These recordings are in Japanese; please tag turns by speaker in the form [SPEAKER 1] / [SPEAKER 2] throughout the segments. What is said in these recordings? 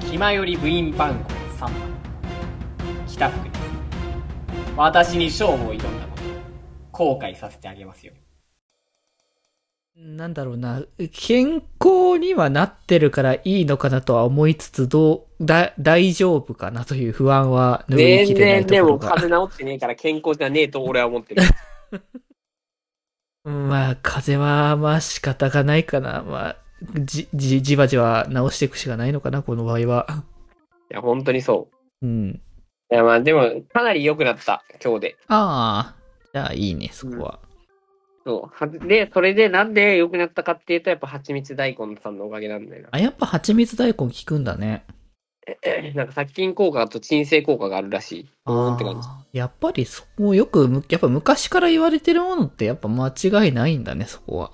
[SPEAKER 1] 暇より部員番号3番北福に私に勝負を挑んだこと後悔させてあげますよ
[SPEAKER 2] なんだろうな、健康にはなってるからいいのかなとは思いつつ、どう、だ、大丈夫かなという不安は拭いき
[SPEAKER 3] 全
[SPEAKER 2] れない
[SPEAKER 3] 然
[SPEAKER 2] と
[SPEAKER 3] で
[SPEAKER 2] ころ
[SPEAKER 3] も
[SPEAKER 2] が。
[SPEAKER 3] 風邪治ってねえから健康じゃねえと俺は思 ってる。
[SPEAKER 2] うんまあ、風邪は、まあ仕方がないかな。まあ、じ、じ、じわじわ治していくしかないのかな、この場合は。
[SPEAKER 3] いや、本当にそ
[SPEAKER 2] うん。
[SPEAKER 3] う。いや、まあでも、かなり良くなった、今日で。
[SPEAKER 2] ああ、じゃあいいね、そこは。
[SPEAKER 3] そうは。で、それでなんで良くなったかっていうと、やっぱ蜂蜜大根さんのおかげなんだよな。
[SPEAKER 2] あ、やっぱ蜂蜜大根効くんだね。
[SPEAKER 3] なんか殺菌効果と鎮静効果があるらしい。うーんって感じ。
[SPEAKER 2] あーやっぱりそこよくむ、やっぱ昔から言われてるものってやっぱ間違いないんだね、そこは。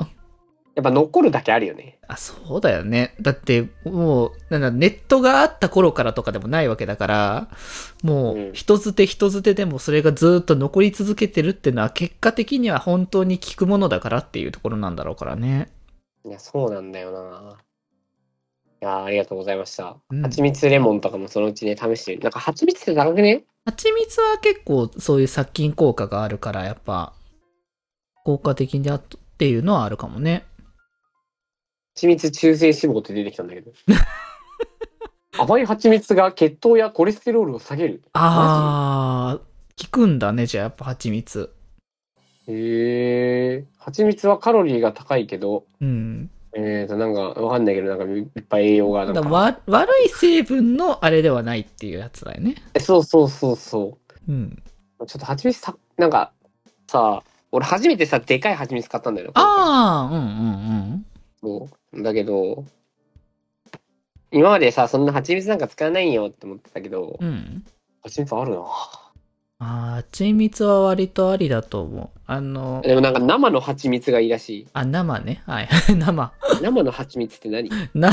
[SPEAKER 3] やっぱ残るだけあるよね。
[SPEAKER 2] あ、そうだよね。だって、もう、なんだ、ネットがあった頃からとかでもないわけだから、も
[SPEAKER 3] う
[SPEAKER 2] う、
[SPEAKER 3] ん
[SPEAKER 2] 人づて人づてでもそれがずっと残り続けてるってのは、結果的には本当に効くものだからっていうところなんだろうからね。
[SPEAKER 3] いや、そうなんだよな。いやー、ありがとうございました。
[SPEAKER 2] うん
[SPEAKER 3] 蜂蜜レモンとかもそのうちね、試してる。なんか蜂蜜って高くね
[SPEAKER 2] 蜂蜜は結構そういう殺菌効果があるから、やっぱ、効果的だっていうのはあるかもね。
[SPEAKER 3] 蜂蜜中性脂肪って出てきたんだ けど。甘い蜂蜜が血糖やコレステロールを下げる。
[SPEAKER 2] あー、効くんだね、じゃあやっぱ蜂蜜。
[SPEAKER 3] へえ。蜂蜜はカロリーが高いけど、
[SPEAKER 2] うん。
[SPEAKER 3] えーと、なんか、わかんないけど、なんかいっぱい栄養があ
[SPEAKER 2] た
[SPEAKER 3] る
[SPEAKER 2] だ
[SPEAKER 3] のか。
[SPEAKER 2] わ悪い成分のあれではないっていうやつだよね。
[SPEAKER 3] えそうそうそうそ
[SPEAKER 2] うん。
[SPEAKER 3] う。ちょっと蜂蜜さ、なんか、さ、俺初めてさ、でかい蜂蜜買ったんだよ。
[SPEAKER 2] ああ、うんうんうん。
[SPEAKER 3] そう。だけど、今までさ、そんな蜂蜜なんか使わないよって思ってたけど
[SPEAKER 2] う、ん。
[SPEAKER 3] 蜂蜜あるな。
[SPEAKER 2] ああ、蜂蜜は割とありだと思う。あの、
[SPEAKER 3] でもなんか生の蜂蜜がいいらし
[SPEAKER 2] あ、生ね。はい。 生。
[SPEAKER 3] い。生の蜂蜜って何
[SPEAKER 2] な、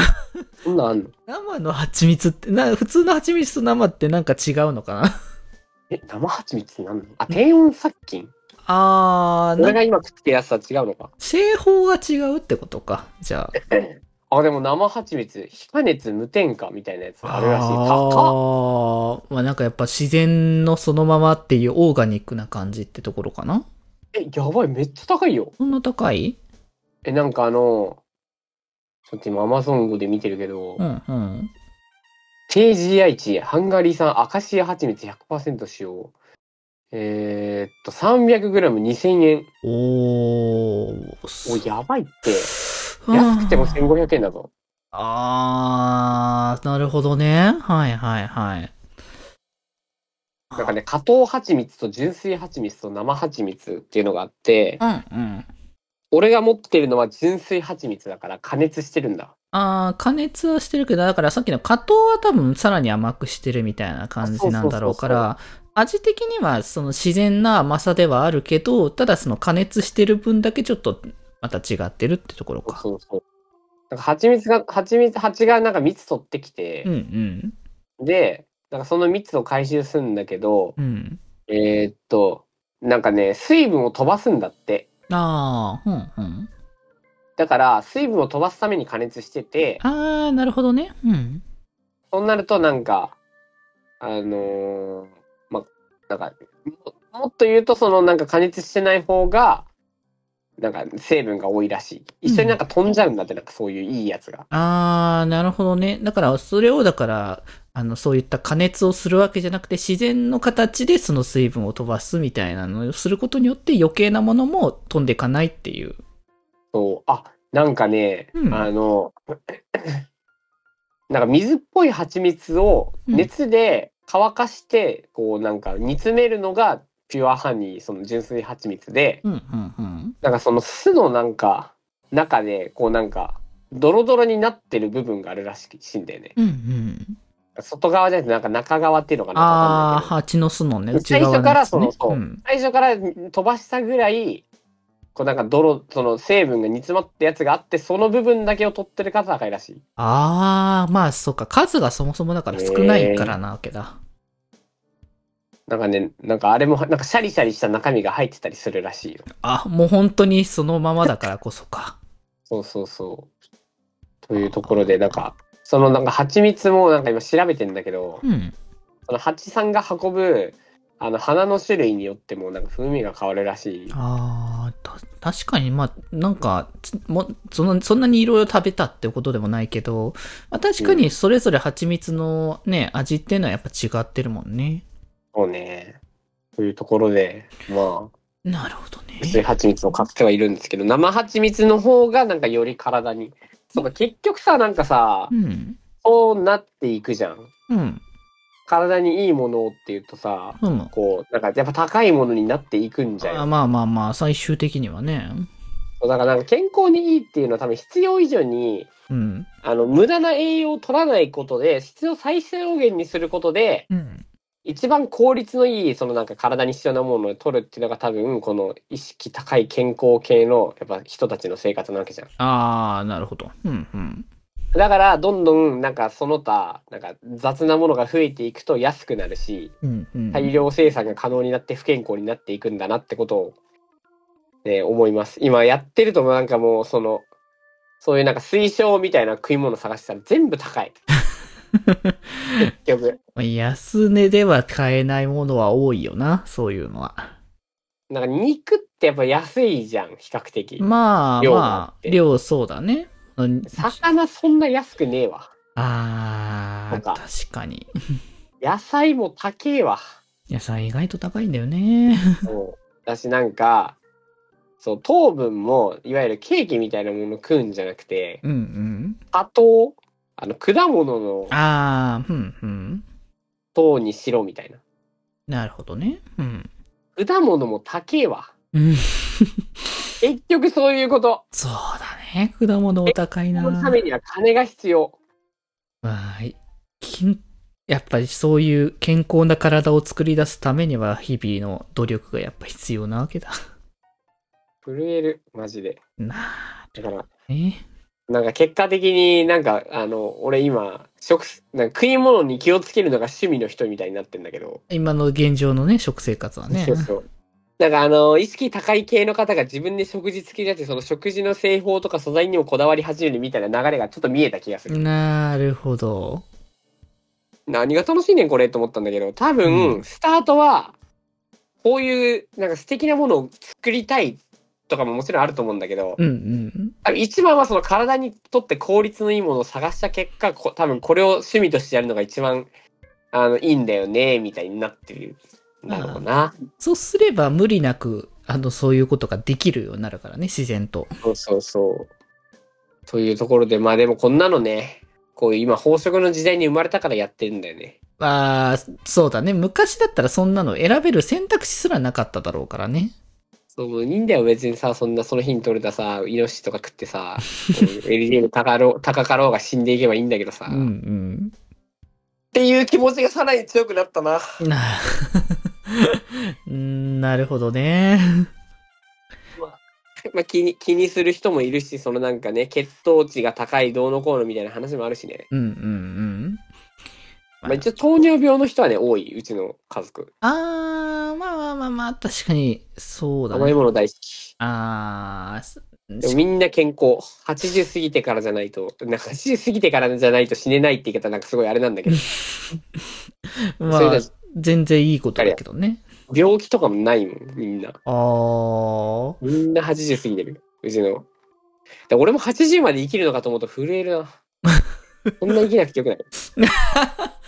[SPEAKER 3] そんなんあんの
[SPEAKER 2] 生の蜂蜜って、な、普通の蜂蜜と生ってなんか違うのかな
[SPEAKER 3] え、生蜂蜜って何なのあ、低温殺菌
[SPEAKER 2] ああ、
[SPEAKER 3] 俺
[SPEAKER 2] な
[SPEAKER 3] が今食ってるやつとは違うのか。
[SPEAKER 2] 製法が違うってことか。じゃ
[SPEAKER 3] あ、でも生蜂蜜、非加熱無添加みたいなやつ
[SPEAKER 2] あ。
[SPEAKER 3] あるらしい。高っ
[SPEAKER 2] ああ、まあなんかやっぱ自然のそのままっていうオーガニックな感じってところかな
[SPEAKER 3] え、やばい、めっちゃ高いよ。
[SPEAKER 2] そんな高い
[SPEAKER 3] え、なんかあの、ちょっと今アマゾン語で見てるけど、
[SPEAKER 2] うんうん。
[SPEAKER 3] 低 GI 値、ハンガリー産アカシア蜂蜜100%使用。えー、っと、300g2000 円。
[SPEAKER 2] おー。
[SPEAKER 3] お、やばいって。
[SPEAKER 2] うん
[SPEAKER 3] 安くても1500円だぞ。
[SPEAKER 2] あー、なるほどね。はいはいはい。
[SPEAKER 3] なんかね、加糖蜂蜜と純粋蜂蜜と生蜂蜜っていうのがあって、
[SPEAKER 2] うんうん。
[SPEAKER 3] 俺が持ってるのは純粋蜂蜜だから加熱してるんだ。
[SPEAKER 2] あー、加熱はしてるけど、だからさっきの加糖は多分さらに甘くしてるみたいな感じなんだろうから、味的にはその自然な甘さではあるけど、ただその加熱してる分だけちょっとまた違ってるってところか。
[SPEAKER 3] そうそう。なんか蜂蜜が、蜂蜜、蜂がなんか蜜取ってきて
[SPEAKER 2] うん、うん。
[SPEAKER 3] で、なんかその蜜を回収するんだけど、
[SPEAKER 2] うん。
[SPEAKER 3] えーっと、なんかね、水分を飛ばすんだって。
[SPEAKER 2] あー、うんうん。
[SPEAKER 3] だから、水分を飛ばすために加熱してて、
[SPEAKER 2] あー、なるほどね。うん。
[SPEAKER 3] そうなるとなんか、あのーま、なんか、ももっと言うと、そのなんか加熱してない方が、なんか成分が多いらしい。一緒になんか飛んじゃうんだって、なんかそういういいやつが。
[SPEAKER 2] あー、なるほどね。だから、それを、だから、あの、そういった加熱をするわけじゃなくて、自然の形でその水分を飛ばすみたいなのをすることによって余計なものも飛んでいかないっていう。
[SPEAKER 3] そう、あ、なんかね、
[SPEAKER 2] うん
[SPEAKER 3] あの、 なんか水っぽい蜂蜜を
[SPEAKER 2] うん
[SPEAKER 3] 熱で乾かして、こうなんか煮詰めるのがピュアハニー、その純粋蜂蜜で、
[SPEAKER 2] うん、うん、うん。
[SPEAKER 3] なんかその酢のなんか中で、こうなんか、ドロドロになってる部分があるらしいんだよね。
[SPEAKER 2] うん、うん。
[SPEAKER 3] 外側じゃなくて、なんか中側っていうのかなわ
[SPEAKER 2] あー、
[SPEAKER 3] かんない
[SPEAKER 2] 蜂の巣のね、内
[SPEAKER 3] 最
[SPEAKER 2] 側の
[SPEAKER 3] 初
[SPEAKER 2] や
[SPEAKER 3] か
[SPEAKER 2] つね、
[SPEAKER 3] らその、そう
[SPEAKER 2] うん。
[SPEAKER 3] 最初から飛ばしたぐらい、こうなんか泥、その成分が煮詰まったやつがあって、その部分だけを取ってる数高いらしい。
[SPEAKER 2] あー、まあ、そっか。数がそもそもだから少ないからなわけだ。
[SPEAKER 3] なんかね、なんかあれも、なんかシャリシャリした中身が入ってたりするらしいよ。
[SPEAKER 2] あ、もう本当にそのままだからこそか。
[SPEAKER 3] そうそうそう。というところで、なんか、そのなんか蜂蜜もなんか今調べてんだけど、
[SPEAKER 2] うん。
[SPEAKER 3] その蜂さんが運ぶあの花の種類によってもなんか風味が変わるらしい。
[SPEAKER 2] ああ、た、確かに、まあ、なんか、つもそのそんなにいろいろ食べたってことでもないけど、まあ、確かにそれぞれ蜂蜜のね、味っていうのはやっぱ違ってるもんね。
[SPEAKER 3] そうね。というところで、まあ、
[SPEAKER 2] なるほどね。
[SPEAKER 3] 薄い蜂蜜を買ってはいるんですけど、生蜂蜜の方がなんかより体に。そうか、結局さ、なんかさ
[SPEAKER 2] う、ん。
[SPEAKER 3] そうなっていくじゃん。
[SPEAKER 2] うん。
[SPEAKER 3] 体にいいものをっていうとさ、
[SPEAKER 2] うん。
[SPEAKER 3] こう、なんかやっぱ高いものになっていくんじゃ
[SPEAKER 2] あ
[SPEAKER 3] ん。
[SPEAKER 2] まあまあまあ、最終的にはね。
[SPEAKER 3] そうだからなんか健康にいいっていうのは多分必要以上に、
[SPEAKER 2] うん。
[SPEAKER 3] あの、無駄な栄養を取らないことで、必要最小限にすることで、
[SPEAKER 2] うん。
[SPEAKER 3] 一番効率のいい、そのなんか体に必要なものを取るっていうのが多分、この意識高い健康系の、やっぱ人たちの生活なわけじゃん。
[SPEAKER 2] ああ、なるほど。うんうん。
[SPEAKER 3] だから、どんどん、なんかその他、なんか雑なものが増えていくと安くなるし、
[SPEAKER 2] うんうん。
[SPEAKER 3] 大量生産が可能になって不健康になっていくんだなってことを、ね、思います。今やってるとなんかもう、その、そういうなんか推奨みたいな食い物探してたら全部高い。結局。
[SPEAKER 2] 安値では買えないものは多いよな、そういうのは。
[SPEAKER 3] なんか肉ってやっぱ安いじゃん、比較的。
[SPEAKER 2] まあ
[SPEAKER 3] 量があ
[SPEAKER 2] ま
[SPEAKER 3] っ
[SPEAKER 2] あ、
[SPEAKER 3] て
[SPEAKER 2] 量そうだね。
[SPEAKER 3] 魚そんな安くねえわ。
[SPEAKER 2] ああ、
[SPEAKER 3] とか
[SPEAKER 2] 確かに。
[SPEAKER 3] 野菜も高えわ。
[SPEAKER 2] 野菜意外と高いんだよね。
[SPEAKER 3] もう私なんか、そう、糖分も、いわゆるケーキみたいなもの食うんじゃなくて、
[SPEAKER 2] うんうん。
[SPEAKER 3] 砂糖、あの、果物の
[SPEAKER 2] ああ、うんうん。
[SPEAKER 3] 糖にしろみたいな。
[SPEAKER 2] なるほどね。うん。
[SPEAKER 3] 果物も高えわ。
[SPEAKER 2] うん
[SPEAKER 3] 結局そういうこと。
[SPEAKER 2] そうだね。果物お高い
[SPEAKER 3] そ
[SPEAKER 2] な。
[SPEAKER 3] のためには金が必要。
[SPEAKER 2] まあ、きんやっぱりそういう健康な体を作り出すためには日々の努力がやっぱ必要なわけだ。
[SPEAKER 3] 震える、マジで。
[SPEAKER 2] な
[SPEAKER 3] だから、
[SPEAKER 2] あね。
[SPEAKER 3] なんか結果的になんか、あの、俺今、食、なんか食い物に気をつけるのが趣味の人みたいになってんだけど。
[SPEAKER 2] 今の現状のね、食生活はね。
[SPEAKER 3] そうそう。なんかあの、意識高い系の方が自分で食事つけちゃって、その食事の製法とか素材にもこだわり始めるみたいな流れがちょっと見えた気がする。
[SPEAKER 2] なるほど。
[SPEAKER 3] 何が楽しいねんこれと思ったんだけど、多分、
[SPEAKER 2] うん
[SPEAKER 3] スタートは、こういう、なんか素敵なものを作りたいとかももちろんあると思うんだけど、
[SPEAKER 2] うんうん。
[SPEAKER 3] あの一番はその体にとって効率のいいものを探した結果、こ多分これを趣味としてやるのが一番、あの、いいんだよね、みたいになってるんだろうな。
[SPEAKER 2] そうすれば無理なく、あの、そういうことができるようになるからね、自然と。
[SPEAKER 3] そうそうそう。というところで、まあでもこんなのね、こういう今、飽食の時代に生まれたからやってるんだよね。
[SPEAKER 2] ああ、そうだね。昔だったらそんなの選べる選択肢すらなかっただろうからね。
[SPEAKER 3] そう、もういいんだよ、別にさ、そんなその日に取れたさ、イノシシとか食ってさ、LDM 高ろう 高かろうが死んでいけばいいんだけどさ、
[SPEAKER 2] うんうん。
[SPEAKER 3] っていう気持ちがさらに強くなったな。
[SPEAKER 2] なうん なるほどね。
[SPEAKER 3] まあ、気に気にする人もいるし、そのなんかね、血糖値が高いどうのこうのみたいな話もあるしね。
[SPEAKER 2] うんうんうん。
[SPEAKER 3] まあ、一応糖尿病の人はね、多い、うちの家族。
[SPEAKER 2] ああ、まあまあまあまあ、確かに、そうだ
[SPEAKER 3] 甘い
[SPEAKER 2] ね。
[SPEAKER 3] もの大好き。
[SPEAKER 2] ああ、す
[SPEAKER 3] でもみんな健康。80過ぎてからじゃないと、なんか80過ぎてからじゃないと死ねないって言い方なんかすごいあれなんだけど、そ
[SPEAKER 2] ま
[SPEAKER 3] れ
[SPEAKER 2] あ
[SPEAKER 3] で、
[SPEAKER 2] 全然いいことだけどね。
[SPEAKER 3] 病気とかもないもん、みんな。
[SPEAKER 2] ああ、
[SPEAKER 3] みんな80過ぎてる。うちの。で俺も80まで生きるのかと思うと震える な。そんな生きなくてよくない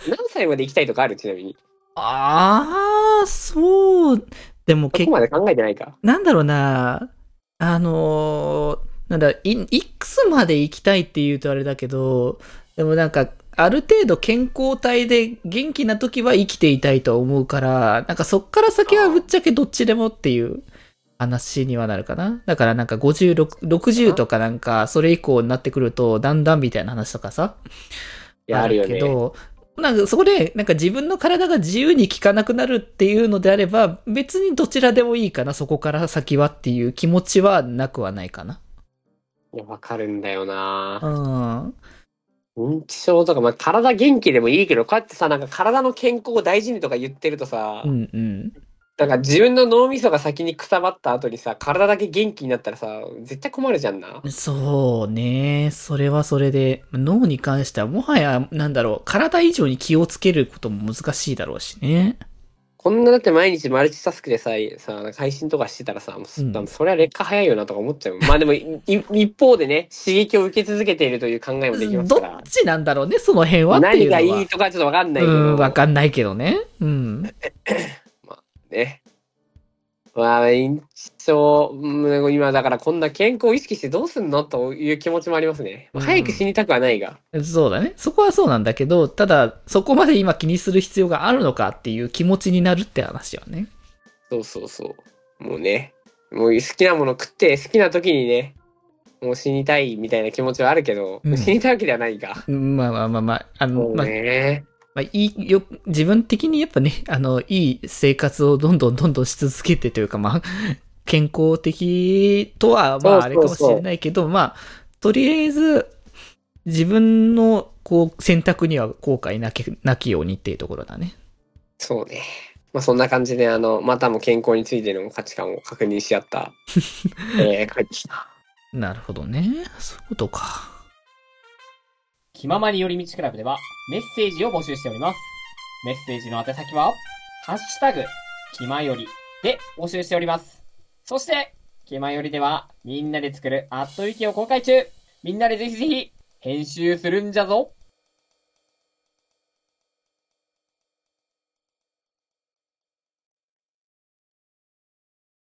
[SPEAKER 3] 何歳まで生きたいとかあるちなみに。
[SPEAKER 2] ああ、そう。でも
[SPEAKER 3] そ
[SPEAKER 2] 結
[SPEAKER 3] こまで考えてないか。
[SPEAKER 2] なんだろうな、あのーなんだ、い、いくつまで行きたいって言うとあれだけど、でもなんか、ある程度健康体で元気な時は生きていたいと思うから、なんかそっから先はぶっちゃけどっちでもっていう話にはなるかな。だからなんか56、60とかなんか、それ以降になってくると、だんだんみたいな話とかさ、
[SPEAKER 3] いや、あるよね
[SPEAKER 2] け。ど、なんかそこで、なんか自分の体が自由に効かなくなるっていうのであれば、別にどちらでもいいかな、そこから先はっていう気持ちはなくはないかな。
[SPEAKER 3] いや、わかるんだよな
[SPEAKER 2] うん。
[SPEAKER 3] 認知症とか、まあ、体元気でもいいけど、こうやってさ、なんか体の健康を大事にとか言ってるとさ、
[SPEAKER 2] うんうん。
[SPEAKER 3] だから自分の脳みそが先にくさばった後にさ、体だけ元気になったらさ、絶対困るじゃんな。
[SPEAKER 2] そうね。それはそれで、脳に関してはもはや、なんだろう、体以上に気をつけることも難しいだろうしね。
[SPEAKER 3] こんなだって毎日マルチタスクでさ、さなんか配信とかしてたらさ、もうす
[SPEAKER 2] うん
[SPEAKER 3] 多分それは劣化早いよなとか思っちゃう。まあでも、いい一方でね、刺激を受け続けているという考えもできます
[SPEAKER 2] ど
[SPEAKER 3] から
[SPEAKER 2] っ。ちなんだろうね、その辺はって
[SPEAKER 3] 何
[SPEAKER 2] いうの
[SPEAKER 3] が
[SPEAKER 2] は。
[SPEAKER 3] いいとかちょっとわかんないけ
[SPEAKER 2] う
[SPEAKER 3] ど。
[SPEAKER 2] ん、わかんないけどね。うん。
[SPEAKER 3] ね。まあ、印象、うん今だからこんな健康を意識してどうすんのという気持ちもありますね。まあ
[SPEAKER 2] うん
[SPEAKER 3] 早く死にたくはないが。
[SPEAKER 2] そうだね。そこはそうなんだけど、ただ、そこまで今気にする必要があるのかっていう気持ちになるって話はね。
[SPEAKER 3] そうそうそう。もうね。もう好きなもの食って好きな時にね、もう死にたいみたいな気持ちはあるけど、
[SPEAKER 2] うん
[SPEAKER 3] 死にたいわけではないが。
[SPEAKER 2] うんまあまあまあまあ、あの、
[SPEAKER 3] もう
[SPEAKER 2] まあ、
[SPEAKER 3] ね。
[SPEAKER 2] まあ、いい、よ、自分的にやっぱね、あの、いい生活をどんどんどんどんし続けてというか、まあ、健康的とは、
[SPEAKER 3] そ
[SPEAKER 2] ま
[SPEAKER 3] うそうそう
[SPEAKER 2] あ、あれかもしれないけど、まあ、とりあえず、自分の、こう、選択には後悔なき、なきようにっていうところだね。
[SPEAKER 3] そうね。まあそんな感じで、あの、またも健康についての価値観を確認し合 った、えー、回でした。
[SPEAKER 2] なるほどね。そういうことか。
[SPEAKER 1] 気ままに寄り道クラブではメッセージを募集しております。メッセージの宛先は、ハッシュタグ、気まよりで募集しております。そして、気まよりではみんなで作るアットウィキを公開中みんなでぜひぜひ編集するんじゃぞ